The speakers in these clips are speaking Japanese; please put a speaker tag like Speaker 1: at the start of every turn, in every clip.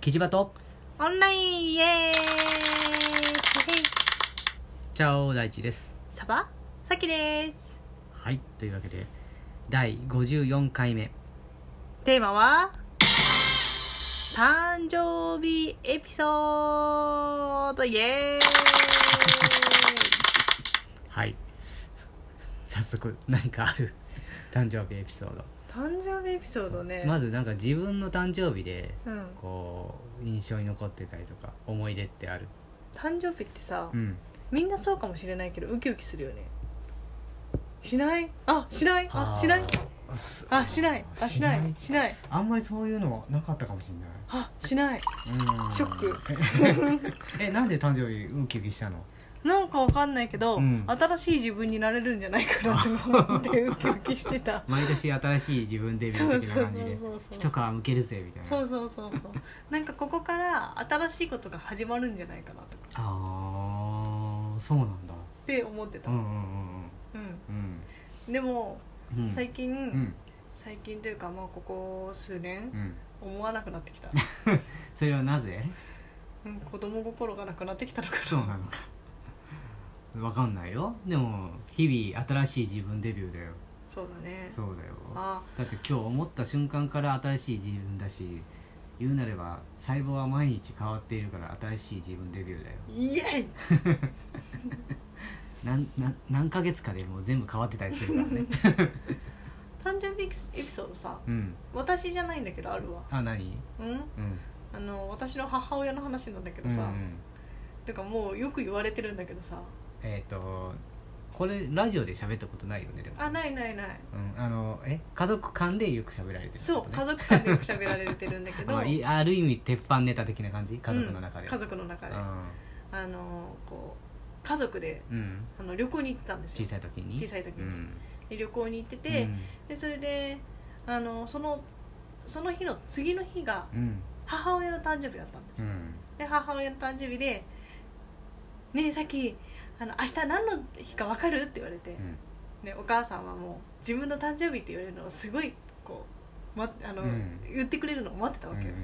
Speaker 1: キジバト
Speaker 2: オンラインイエーイ
Speaker 1: チャオ大地です
Speaker 2: サバさきです
Speaker 1: はいというわけで第54回目
Speaker 2: テーマは誕生日エピソードイエーイ
Speaker 1: はい早速何かある誕生日エピソード
Speaker 2: 誕生日エピソードね
Speaker 1: まずなんか自分の誕生日で
Speaker 2: うん
Speaker 1: こう印象に残ってたりとか思い出ってある
Speaker 2: 誕生日ってさ
Speaker 1: うん
Speaker 2: みんなそうかもしれないけどウキウキするよねしないあしないあ
Speaker 1: ー
Speaker 2: しない
Speaker 1: す
Speaker 2: あしないあしないしない
Speaker 1: あんまりそういうのはなかったかもしれ
Speaker 2: あしない
Speaker 1: ないうん
Speaker 2: ショック
Speaker 1: えなんで誕生日ウキウキしたの
Speaker 2: なんかわかんないけど、
Speaker 1: うん
Speaker 2: 新しい自分になれるんじゃないかなと思ってウキウキしてた
Speaker 1: 毎年新しい自分デビュー的な感じで
Speaker 2: そうそうそうそう
Speaker 1: 一皮むけるぜみたいな
Speaker 2: そうそうそうそうなんかここから新しいことが始まるんじゃないかなとか
Speaker 1: ああそうなんだ
Speaker 2: って思ってた、
Speaker 1: う
Speaker 2: うん
Speaker 1: んうんうん
Speaker 2: でも、
Speaker 1: うんうん
Speaker 2: 最近、
Speaker 1: うん
Speaker 2: 最近というかまあここ数年
Speaker 1: う、ん
Speaker 2: 思わなくなって きた、
Speaker 1: それはなぜ
Speaker 2: うん、子供心がなくなってきたのか
Speaker 1: そうなのかわかんないよでも日々新しい自分デビューだよ
Speaker 2: そうだね
Speaker 1: そうだよ
Speaker 2: あ
Speaker 1: だって今日思った瞬間から新しい自分だし言うなれば細胞は毎日変わっているから新しい自分デビューだよ
Speaker 2: イエイ
Speaker 1: なんなん何ヶ月かでもう全部変わってたりするからね
Speaker 2: 誕生日エピソードさ
Speaker 1: うん
Speaker 2: 私じゃないんだけどあるわ
Speaker 1: あ何
Speaker 2: うん
Speaker 1: うん
Speaker 2: あの私の母親の話なんだけ
Speaker 1: う
Speaker 2: ど
Speaker 1: んう
Speaker 2: さ、
Speaker 1: ん
Speaker 2: てかもうよく言われてるんだけどさ
Speaker 1: えっ、とこれラジオで喋ったことないよねでも
Speaker 2: あないないない
Speaker 1: うん、あのえ家族間でよく喋られてるって
Speaker 2: そ
Speaker 1: こ
Speaker 2: う
Speaker 1: とね
Speaker 2: 家族間でよく喋られてるんだけど
Speaker 1: ま あ、いある意味鉄板ネタ的な感じ家族の中で、
Speaker 2: うん家族の中であのこう家族で
Speaker 1: うん、うん、
Speaker 2: あの旅行に行ってたんです
Speaker 1: 小
Speaker 2: よ
Speaker 1: さい時に
Speaker 2: 小さい時に
Speaker 1: うん、
Speaker 2: で旅行に行ってて、でそれであのそのその日の次の日が
Speaker 1: うんうん
Speaker 2: 母親の誕生日だったんです
Speaker 1: う
Speaker 2: よ、
Speaker 1: ん
Speaker 2: で母親の誕生日で「ねえさっきあの明日何の日か分かる?」って言われて、
Speaker 1: うん
Speaker 2: ね、お母さんはもう自分の誕生日って言われるのをすごいこう、ま、あの
Speaker 1: うん
Speaker 2: 言ってくれるのを待ってたわ
Speaker 1: うん
Speaker 2: け
Speaker 1: う
Speaker 2: よ、
Speaker 1: ん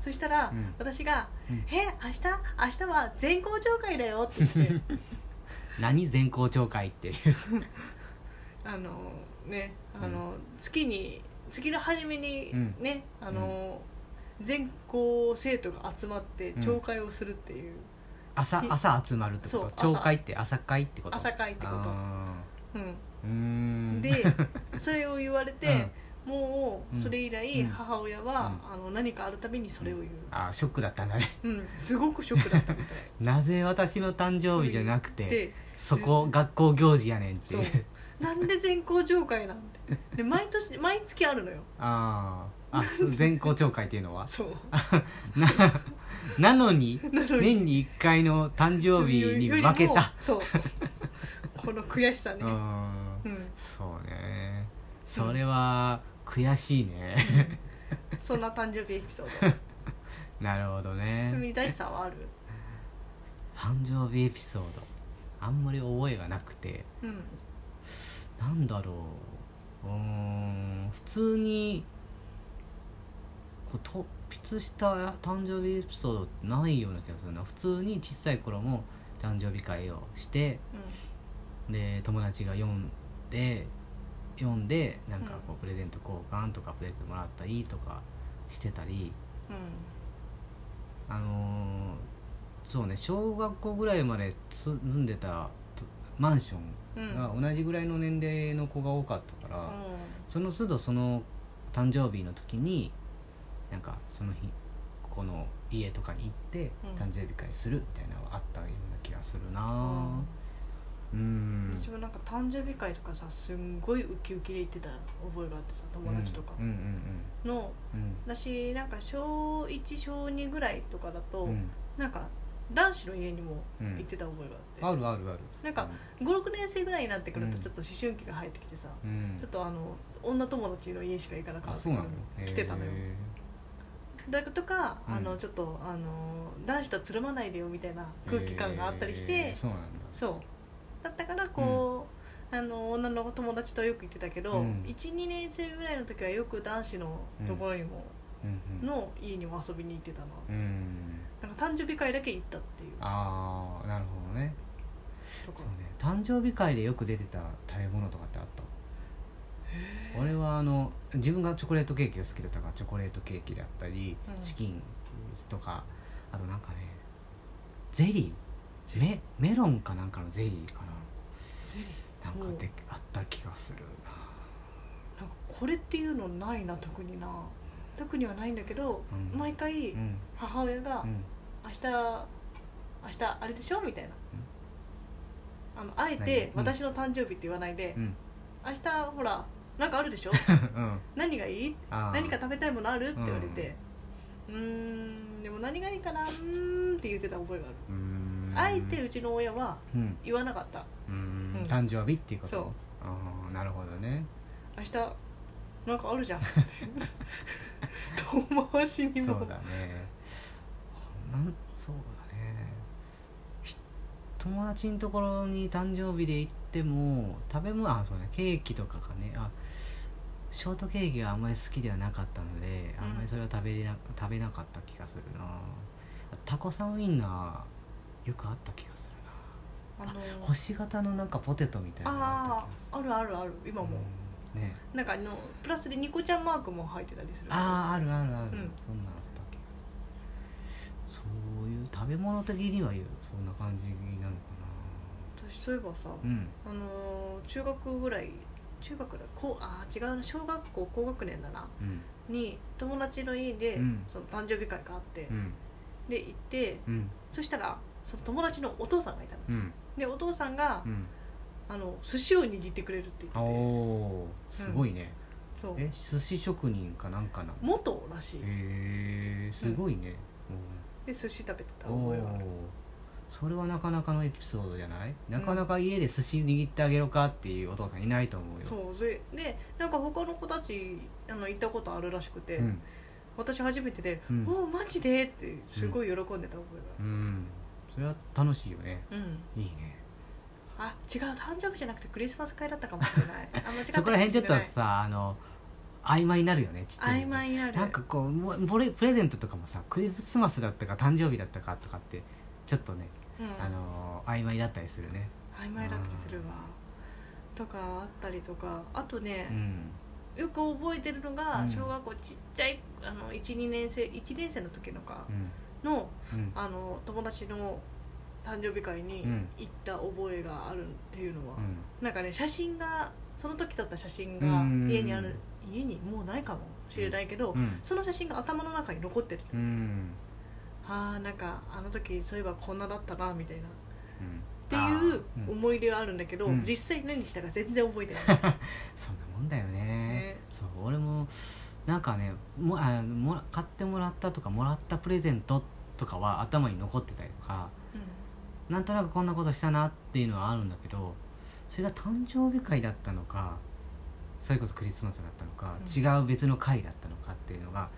Speaker 2: そしたら、
Speaker 1: うん
Speaker 2: 私が「
Speaker 1: うん
Speaker 2: え明日明日は全校長会だよ」って言って
Speaker 1: 何全校長会っていう
Speaker 2: あのねあの、月に月の初めに
Speaker 1: うん
Speaker 2: ね、あの、全校生徒が集まって朝会をするっていう、
Speaker 1: 朝朝集まるってこ
Speaker 2: そう
Speaker 1: と
Speaker 2: 朝
Speaker 1: 長会って朝会ってこと
Speaker 2: 朝会ってこと
Speaker 1: あ
Speaker 2: うん
Speaker 1: ーうーん
Speaker 2: でそれを言われて、もうそれ以来
Speaker 1: うん
Speaker 2: 母親は、あの何かあるたびにそれを言う、
Speaker 1: あーショックだったんだね
Speaker 2: うん、すごくショックだったみ たい
Speaker 1: なぜ私の誕生日じゃなく
Speaker 2: で
Speaker 1: てそこ学校行事やねんっていう
Speaker 2: そうなんで全校上会なんてで毎年毎月あるのよ
Speaker 1: あーあ全校長会っていうの は
Speaker 2: そう
Speaker 1: ななのに
Speaker 2: なのに
Speaker 1: 年に1回の誕生日に負け
Speaker 2: よりも
Speaker 1: た
Speaker 2: そうこの悔しさ
Speaker 1: う
Speaker 2: ね
Speaker 1: ん
Speaker 2: うん
Speaker 1: そうねそれは悔しいね
Speaker 2: そんな誕生日エピソー
Speaker 1: なるほど
Speaker 2: ド
Speaker 1: ね
Speaker 2: 海大師さんはある
Speaker 1: 誕生日エピソードあんまり覚えがなくて
Speaker 2: うん
Speaker 1: なんだろううーん普通にこう突筆した誕生日エピソードってないような気がするな普通に小さい頃も誕生日会をしてで友達が読んで読んでなんかこうプレゼント交換とかプレゼントもらったりとかしてたり
Speaker 2: うん
Speaker 1: あのーそうね小学校ぐらいまで住んでたとマンション
Speaker 2: うんうん
Speaker 1: が同じぐらいの年齢の子が多かったから、その都度その誕生日の時になんかその日ここの家とかに行って
Speaker 2: う
Speaker 1: 誕
Speaker 2: ん
Speaker 1: 生日会するみたいなのはあったような気がする
Speaker 2: う
Speaker 1: なんうん
Speaker 2: うん私もなんか誕生日会とかさすんごいウキウキで行ってた覚えがあってさ友達とか
Speaker 1: うんうん
Speaker 2: の
Speaker 1: うん
Speaker 2: 私なんか小1小2ぐらいとかだ
Speaker 1: う
Speaker 2: と
Speaker 1: んうん
Speaker 2: なんか男子の家にも
Speaker 1: うん
Speaker 2: 行ってた覚えがあ
Speaker 1: あ
Speaker 2: って
Speaker 1: るあるある
Speaker 2: なんか56年生ぐらいになってくるとちょっと思春期が入ってきてさ
Speaker 1: うん、うん
Speaker 2: ちょっとあの女友達の家しか行かなか
Speaker 1: あ
Speaker 2: った
Speaker 1: そうなの
Speaker 2: 来てたのよ
Speaker 1: へ
Speaker 2: だとか、
Speaker 1: うん
Speaker 2: あのちょっとあの男子とつるまないでよみたいな
Speaker 1: ー
Speaker 2: 空気感があったりして、
Speaker 1: へーそうなんだ
Speaker 2: そうだったからこう、あの女の友達とよく行ってたけど、
Speaker 1: うん
Speaker 2: 12年生ぐらいの時はよく男子のところにも
Speaker 1: うんうん
Speaker 2: の家にも遊びに行ってたな
Speaker 1: うん
Speaker 2: なんか誕生日会だけ行ったっていう
Speaker 1: ああなるほどね
Speaker 2: とこ
Speaker 1: そうね誕生日会でよく出てた食べ物とかってあった俺はあの自分がチョコレートケーキが好きだったからチョコレートケーキだったり、
Speaker 2: うん
Speaker 1: チキンとかあとなんかねゼリーメメロンかなんかのゼリーか
Speaker 2: ゼリー
Speaker 1: ななん
Speaker 2: お
Speaker 1: か
Speaker 2: う
Speaker 1: であった気がする
Speaker 2: なんかこれっていうのないな特にな特にはないんだけど、
Speaker 1: うん
Speaker 2: 毎回
Speaker 1: なうん
Speaker 2: 母親が
Speaker 1: う
Speaker 2: 「
Speaker 1: ん
Speaker 2: 明日明日あれでしょ?」みたいな、あのあえ
Speaker 1: 何
Speaker 2: て
Speaker 1: うん
Speaker 2: 私の誕生日って言わないで「
Speaker 1: うん
Speaker 2: 明日ほらなんかあるでし ょ
Speaker 1: うん
Speaker 2: 何がいい
Speaker 1: あー
Speaker 2: 何か食べたいものある?」って言われて「うーんでも何がいいかなうーん」って言ってた覚えがある、
Speaker 1: うーん
Speaker 2: あえてうちの親は
Speaker 1: うん
Speaker 2: 言わなかった
Speaker 1: うーん
Speaker 2: うん
Speaker 1: 誕生日っていうこと
Speaker 2: そう
Speaker 1: ああなるほどね
Speaker 2: 「明日なんか あるじゃん」 って遠回しに
Speaker 1: そ
Speaker 2: も
Speaker 1: うだねなんそうだねひ友達のところに誕生日で行っても食べ物あそうねケーキとかがねあショートケーキがあんまり好きではなかったので、
Speaker 2: うん
Speaker 1: あんまりそれは食べれな食べなかった気がするなタコさんウインナーよくあった気がする
Speaker 2: あの
Speaker 1: な星型のなんかポテトみたいなのがあ
Speaker 2: あ
Speaker 1: った気がする
Speaker 2: ああるあるある今も、
Speaker 1: うんね
Speaker 2: なんかあのプラスでニコちゃんマークも入ってたりする
Speaker 1: あああるあるある、
Speaker 2: うん
Speaker 1: そんなんあったっけそういう食べ物的にはそんな感じなのか
Speaker 2: 私そういえばさ、
Speaker 1: なうん
Speaker 2: あのー中学ぐらい中学だこうあー違うな小学校高学年だな
Speaker 1: うん
Speaker 2: に友達の家で、
Speaker 1: うん
Speaker 2: その誕生日会があって、
Speaker 1: うん
Speaker 2: で行って
Speaker 1: うん
Speaker 2: そしたらその友達のお父さんがいたの、
Speaker 1: うん
Speaker 2: でお父さんが、
Speaker 1: うん
Speaker 2: あの寿司を握ってくれるって
Speaker 1: お
Speaker 2: 言ってて
Speaker 1: おーすごいね、
Speaker 2: そう
Speaker 1: え寿司職人かなんかなの
Speaker 2: 元らし
Speaker 1: へ
Speaker 2: い
Speaker 1: えー、すごいね、
Speaker 2: で寿司食べてた
Speaker 1: うんお
Speaker 2: 覚
Speaker 1: お
Speaker 2: えがあ
Speaker 1: ー
Speaker 2: る
Speaker 1: それはなかなかのエピソードじゃないなかなか家で寿司握ってあげろかっていうお父さんいないと思うよ
Speaker 2: そうそれでなんか他の子たちあの行ったことあるらしくて、
Speaker 1: うん
Speaker 2: 私初めてで
Speaker 1: う
Speaker 2: 「
Speaker 1: ん、
Speaker 2: おおマジで?」ってすごい喜んでた覚え
Speaker 1: うん、それは楽しいよね
Speaker 2: があるうん
Speaker 1: いいね
Speaker 2: あ違う誕生日じゃなくてクリスマス会だったかもしれ ないあ間違った
Speaker 1: そこら辺ちょっと
Speaker 2: かもしれ
Speaker 1: さあの曖昧になるよねちっちゃ
Speaker 2: ないい曖昧になる
Speaker 1: なんかこうもうプレプレゼントとかもさクリスマスだったか誕生日だったかとかってちょっとね、
Speaker 2: うん、
Speaker 1: あの曖昧だったりするね
Speaker 2: 曖昧だったりするわとかあったりとかあと
Speaker 1: う
Speaker 2: ね、
Speaker 1: ん
Speaker 2: よく覚えてるのが、
Speaker 1: うん
Speaker 2: 小学校ちっちゃいあの12年生1年生の時のか
Speaker 1: うん
Speaker 2: の
Speaker 1: うん
Speaker 2: あの友達の誕生日会に
Speaker 1: うん
Speaker 2: 行った覚えがあるっていうのは、
Speaker 1: うん
Speaker 2: なんかね写真がその時撮った写真が
Speaker 1: うん
Speaker 2: 家にある、家にもうないかもしれないけど、
Speaker 1: うん
Speaker 2: その写真が頭の中に残ってる
Speaker 1: うんうん
Speaker 2: あーなんかあの時そういえばこんなだったなみたいなっ
Speaker 1: うん
Speaker 2: て
Speaker 1: あ
Speaker 2: い
Speaker 1: ー
Speaker 2: う
Speaker 1: うん
Speaker 2: 思い出はあるんだけど、
Speaker 1: うん
Speaker 2: 実際何したか全然覚えてない、
Speaker 1: そんなもんだよね
Speaker 2: ね
Speaker 1: そう俺もなんかねもあもら買ってもらったとかもらったプレゼントとかは頭に残ってたりとかなんとなくこんなことしたなっていうのはあるんだけどそれが誕生日会だったのかそれこそクリスマスだったのか、
Speaker 2: う
Speaker 1: 違う別の会だったのかっていうのが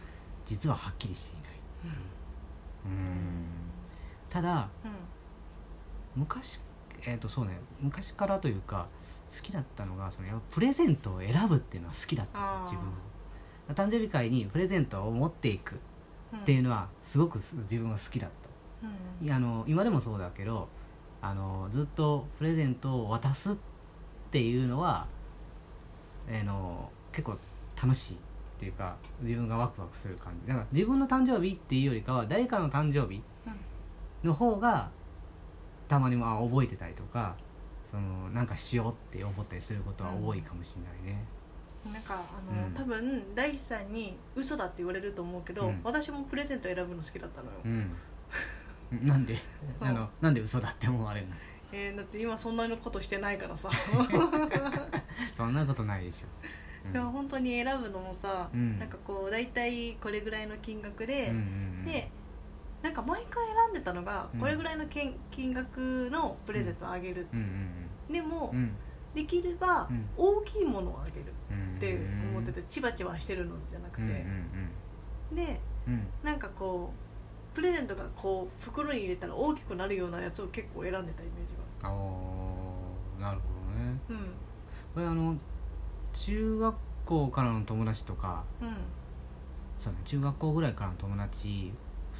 Speaker 1: 実ははっきりしていないただ
Speaker 2: うん
Speaker 1: 昔えっ、とそうね昔からというか好きだったのがそのやっぱプレゼントを選ぶっていうのは好きだった
Speaker 2: あー
Speaker 1: 自分は誕生日会にプレゼントを持っていく
Speaker 2: うん
Speaker 1: っていうのはすごく自分は好きだった
Speaker 2: うん
Speaker 1: いやあの今でもそうだけどあのずっとプレゼントを渡すっていうのは、あの結構楽しいっていうか自分がワクワクする感じだから自分の誕生日っていうよりかは誰かの誕生日の方がたまにまあ覚えてたりとかそのなんかしようって思ったりすることは多いかもしれないね。
Speaker 2: うんなんかあの、
Speaker 1: うん
Speaker 2: 多分大地さんに嘘だって言われると思うけど、
Speaker 1: うん
Speaker 2: 私もプレゼント選ぶの好きだったのよ、
Speaker 1: うん、 なんで
Speaker 2: そう
Speaker 1: あのなんで嘘だって思われるの
Speaker 2: えーだって今そんなことしてないか らさ
Speaker 1: そんなことないでしょ。うん
Speaker 2: でも本当に選ぶのもさ、
Speaker 1: うん
Speaker 2: なんかこう大体これぐらいの金額
Speaker 1: う
Speaker 2: で、
Speaker 1: んうんうん
Speaker 2: でなんか毎回選んでたのが
Speaker 1: うん
Speaker 2: これぐらいのけん金額のプレゼントをあげる、
Speaker 1: うんうん
Speaker 2: でも、
Speaker 1: うんうん
Speaker 2: できれば
Speaker 1: うん
Speaker 2: 大きいものをあげる
Speaker 1: っ
Speaker 2: って思っててチバチバしてるのじゃなくて、
Speaker 1: うんうん
Speaker 2: で
Speaker 1: うんうん
Speaker 2: なんかこうプレゼントがこう袋に入れたら大きくなるようなやつを結構選んでたイメージ
Speaker 1: あーなるほどね
Speaker 2: が
Speaker 1: これあの中学校からの友達とか
Speaker 2: うんうん
Speaker 1: そうね中学校ぐらいからの友達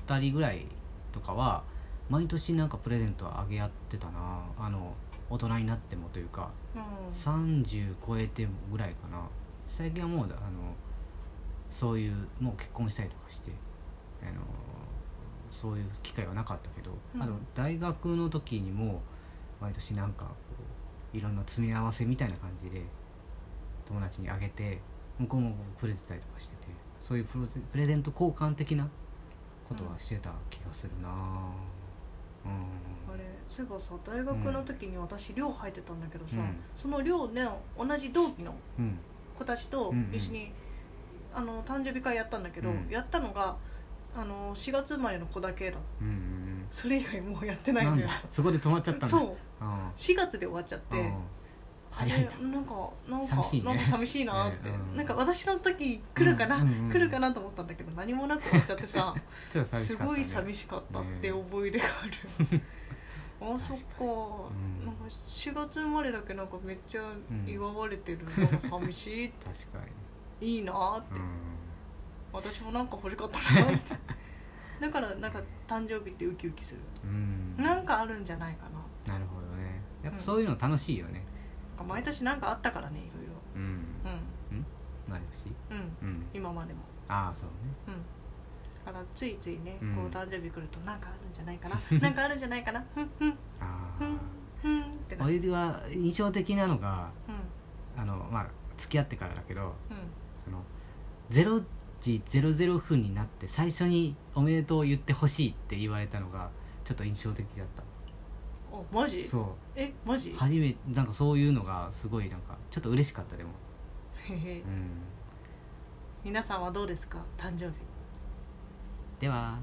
Speaker 1: 2人ぐらいとかは毎年なんかプレゼントあげ合ってたなあの大人になってもというか
Speaker 2: う
Speaker 1: 30超えてもぐらいかな最近はもうだあのそういうもう結婚したりとかしてあのそういう機会はなかったけど、
Speaker 2: うん
Speaker 1: あの大学の時にも毎年なんかこういろんな詰め合わせみたいな感じで友達にあげて向こうもくれてたりとかしててそういうプロゼプレゼント交換的なことはしてた気がするなうん
Speaker 2: ん、あれそういえばさ大学の時に私寮入ってたんだけどさ、
Speaker 1: うん
Speaker 2: その寮で同じ同期の
Speaker 1: うん
Speaker 2: 子たちと一緒に、あの誕生日会やったんだけど、
Speaker 1: うん
Speaker 2: やったのがあの4月生まれの子だけだ
Speaker 1: うんうん
Speaker 2: それ以外もうやって
Speaker 1: うん
Speaker 2: ない
Speaker 1: なんん
Speaker 2: だ
Speaker 1: だ
Speaker 2: よ
Speaker 1: そこで止まっちゃったんだ
Speaker 2: そう
Speaker 1: ああ
Speaker 2: 4月で終わっちゃって、
Speaker 1: うん
Speaker 2: あ
Speaker 1: 早
Speaker 2: れ
Speaker 1: いな
Speaker 2: なんかなんか
Speaker 1: 寂しいね
Speaker 2: なんか寂しいなって、
Speaker 1: ねうん
Speaker 2: なんか私の時来るかな、
Speaker 1: うんうんうん
Speaker 2: 来るかなと思ったんだけど何もなくなっちゃってさ、
Speaker 1: ちょっと 寂
Speaker 2: す
Speaker 1: しかった、ね、
Speaker 2: ごい寂しかったって思い出があ る、あそっか、
Speaker 1: ん
Speaker 2: なんか4月生まれだけなんかめっちゃ祝われてる、なんか寂しい
Speaker 1: 確か
Speaker 2: いいなって
Speaker 1: に、うん
Speaker 2: 私もなんか欲しかったなって だからなんか誕生日ってウキウキする
Speaker 1: うん
Speaker 2: なんかあるんじゃないかななん
Speaker 1: なるほどねやっぱそういうの楽しいよね
Speaker 2: か毎年なんかあったからねいろい
Speaker 1: うん、
Speaker 2: ろ
Speaker 1: ないし
Speaker 2: うんうん
Speaker 1: うん
Speaker 2: 今までも
Speaker 1: ああそうね
Speaker 2: うんだからついついね、
Speaker 1: うん
Speaker 2: こう誕生日来るとなんかあるんじゃないか ななんかあるんじゃないかなふんふん
Speaker 1: あ
Speaker 2: うんふんって
Speaker 1: あ
Speaker 2: なうん
Speaker 1: 俺は印象的なのが
Speaker 2: うん
Speaker 1: あのまあ付き合ってからだけどその0時00分になって最初に「おめでとう」言ってほしいって言われたのがちょっと印象的だった
Speaker 2: おマジ
Speaker 1: そ
Speaker 2: えマジ
Speaker 1: う
Speaker 2: へ
Speaker 1: 初めなんかそういうのがすごいなんかちょっと嬉しかったでも
Speaker 2: へ
Speaker 1: うん
Speaker 2: 皆さんはどうですか誕生日
Speaker 1: では